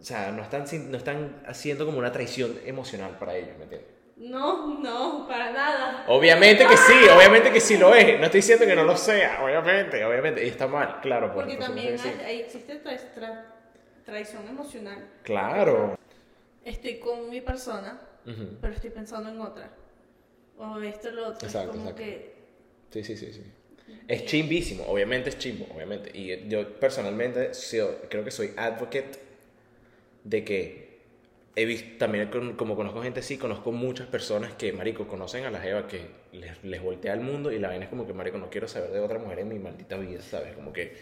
O sea, no están, sin- no están haciendo como una traición emocional para ellos, ¿me entiendes?
No, no, para nada.
Obviamente que sí, obviamente que sí lo es. No estoy diciendo que no lo sea, obviamente, obviamente. Y está mal, claro. pues, por
Porque
supuesto que
también
sí.
hay- hay- existe tra- tra- traición emocional.
Claro.
Estoy con mi persona,
Ujú.
pero estoy pensando en otra. O esto lo otro.
Exacto,
es como
exacto.
que.
Sí, sí, sí, sí. Es chimbísimo, obviamente es chimbo, obviamente. Y yo personalmente so- creo que soy advocate de que he visto, también con- como conozco gente, sí, conozco muchas personas que, marico, conocen a la jeva que les, les voltea el mundo y la vaina es como que, marico, no quiero saber de otra mujer en mi maldita vida, ¿sabes? Como que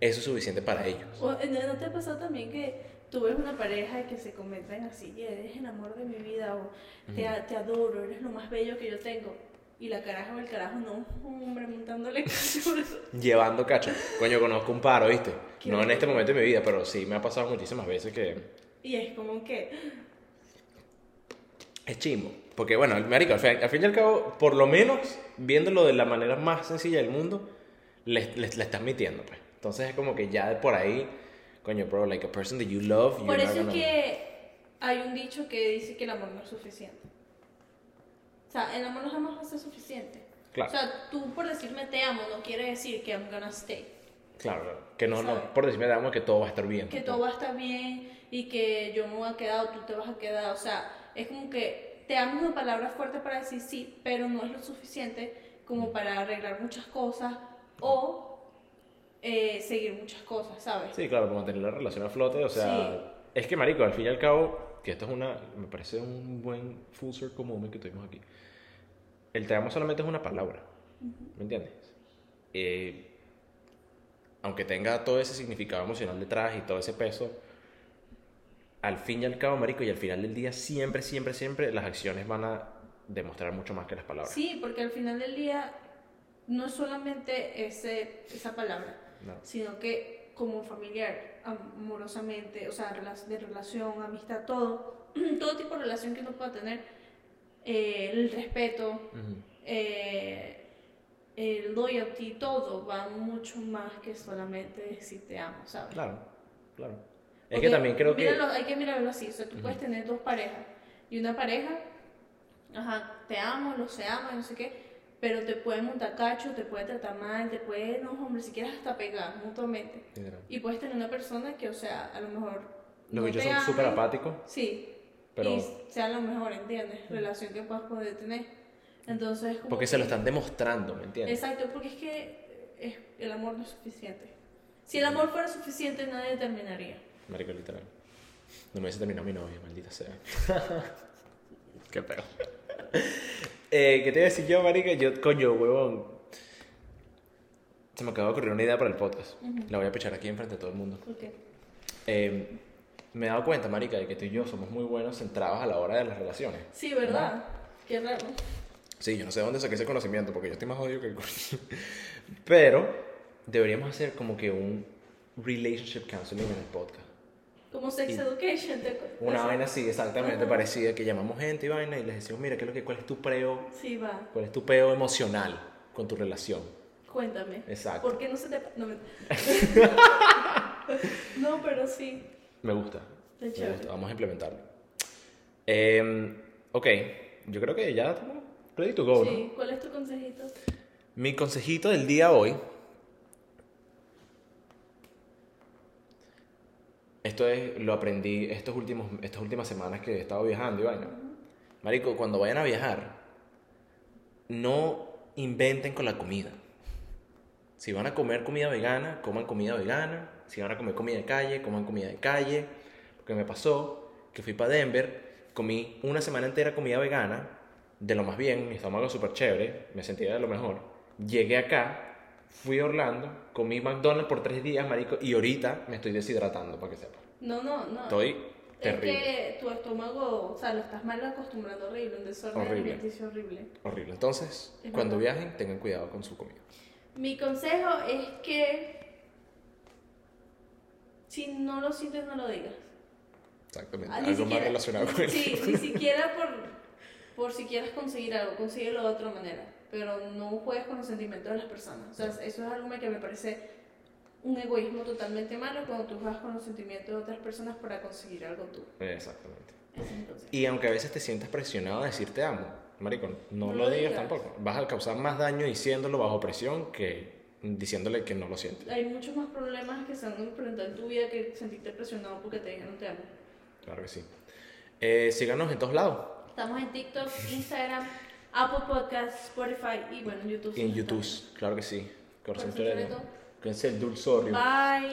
eso es suficiente para ellos.
o- ¿No no te ha pasado también que tú ves una pareja que se comentan así, "Yeah, eres el amor de mi vida, o te, a- te adoro, eres lo más bello que yo tengo? Y la caraja o el carajo, no, hombre, montándole cosas.
Llevando cacho. Coño, conozco un par, ¿viste?
Qué
No en
bueno.
este momento de mi vida, pero sí me ha pasado muchísimas veces que...
Y es como que.
Es chimbo. Porque, bueno, marico, al fin, al fin y al cabo, por lo menos, viéndolo de la manera más sencilla del mundo, le, le- le estás mintiendo, pues. Entonces es como que ya de por ahí, coño, bro, like a person that you love, you're
Por
not
eso es
gonna-
que hay un dicho que dice que el amor no es suficiente. O sea, el amor no jamás va a ser suficiente.
Claro.
O sea, tú por decirme te amo no quiere decir que I'm gonna stay.
Claro, claro. que no,
¿Sabes?
no, por decirme damos que todo va a estar bien.
que todo va a estar bien y que yo me voy a quedar o tú te vas a quedar. O sea, es como que te dan una palabra fuerte para decir sí, pero no es lo suficiente como para arreglar muchas cosas o eh, seguir muchas cosas, ¿sabes?
Sí, claro, para mantener la relación a flote, o sea,
Sí.
es que, marico, al fin y al cabo, que esto es una, me parece un buen full circle moment que tuvimos aquí. El te amo solamente es una palabra, ¿me entiendes? Eh, aunque tenga todo ese significado emocional detrás y todo ese peso, al fin y al cabo, marico, y al final del día, siempre, siempre, siempre, las acciones van a demostrar mucho más que las palabras.
Sí, porque al final del día no es solamente ese, esa palabra,
No.
sino que como familiar, amorosamente, o sea, rela- de relación, amistad, todo, <clears throat> todo tipo de relación que uno pueda tener, eh, el respeto,
Ujú.
eh, el loyalty, todo va mucho más que solamente decir te amo, ¿sabes?
Claro, claro. Es
Porque
que también creo que...
míralo- hay que mirarlo así, o sea, tú puedes tener dos parejas y una pareja, ajá, te amo, los se ama, no sé qué, pero te pueden montar cacho, te pueden tratar mal, te pueden, no, hombre, si quieres hasta pegar mutuamente.
Literal.
Y puedes tener una persona que, o sea, a lo mejor...
Los
no
bichos
te
son
amen,
súper apáticos.
Sí,
Pero-
y sea lo mejor, ¿entiendes? Relación que puedas poder tener. Entonces, como
Porque se lo
que-
están demostrando, ¿me entiendes?
Exacto, porque es que eh, es- el amor no es suficiente. Si el amor fuera suficiente, nadie terminaría.
Marico, literal. No me hubiese terminado mi novia, maldita sea. <laughs> Qué pedo. Eh, ¿Qué te iba a decir yo, marica? Yo, coño, huevón. Se me acaba de ocurrir una idea para el podcast. La voy a pechar aquí enfrente de todo el mundo.
¿Por qué?
Eh, me he dado cuenta, marica, de que tú y yo somos muy buenos centrados a la hora de las relaciones.
Sí, ¿verdad? Qué raro.
Sí, yo no sé de dónde saqué ese conocimiento porque yo estoy más jodido que el coño. <laughs> Pero deberíamos hacer como que un relationship counseling en el podcast.
Como sex
Sí.
education, ¿te acuerdas?
Una vaina así, exactamente parecida, que llamamos gente y vaina y les decimos, mira, ¿qué es lo que, ¿cuál es tu peo?
Sí, va.
¿Cuál es tu peo emocional con tu relación?
Cuéntame.
Exacto.
¿Por qué no se te.? No, me-
<laughs>
no pero sí.
Me gusta.
Está
Me
chévere.
gusta. Vamos a implementarlo. Em, ok, yo creo que ya estamos ready to go, ¿no?
sí. ¿Cuál es tu consejito?
Mi consejito del día hoy. Esto es, lo aprendí estos últimos, estas últimas semanas que he estado viajando y vaina. Marico, cuando vayan a viajar, no inventen con la comida. Si van a comer comida vegana, coman comida vegana. Si van a comer comida de calle, coman comida de calle. Porque me pasó que fui para Denver, comí una semana entera comida vegana, de lo más bien, mi estómago súper chévere, me sentía de lo mejor. Llegué acá, fui a Orlando, comí McDonald's por tres días, marico, y ahorita me estoy deshidratando, para que sepa.
No, no, no.
Estoy terrible.
Es que tu estómago, o sea, lo estás mal acostumbrando horrible, un desorden
Horrible.
alimenticio horrible.
Horrible. Entonces,
Es
cuando
verdad.
viajen, tengan cuidado con su comida.
Mi consejo es que si no lo sientes, no lo digas.
Exactamente.
Ah, ni
Algo más
siquiera-
relacionado con
Sí,
eso. <laughs>
ni siquiera por, por si quieres conseguir algo, consíguelo de otra manera. Pero no juegues con los sentimientos de las personas. O sea, eso es algo que me parece un egoísmo totalmente malo cuando tú juegas con los sentimientos de otras personas para conseguir algo tú.
Exactamente.
Eso es Rusia.
Y aunque a veces te sientas presionado a decir te amo, marico, no,
No
lo
lo
digas,
digas.
tampoco. Vas a causar más daño diciéndolo bajo presión que diciéndole que no lo sientes.
Hay muchos más problemas que se han enfrentado en tu vida que sentirte presionado porque te dijeron te amo.
Claro que sí. Eh, síganos en todos lados.
Estamos en TikTok, Instagram, Apple Podcasts, Spotify y bueno, YouTube.
Y en
también.
YouTube, claro que sí. Corazón
Corazón
Florero. Corazón Dulzorio.
Bye.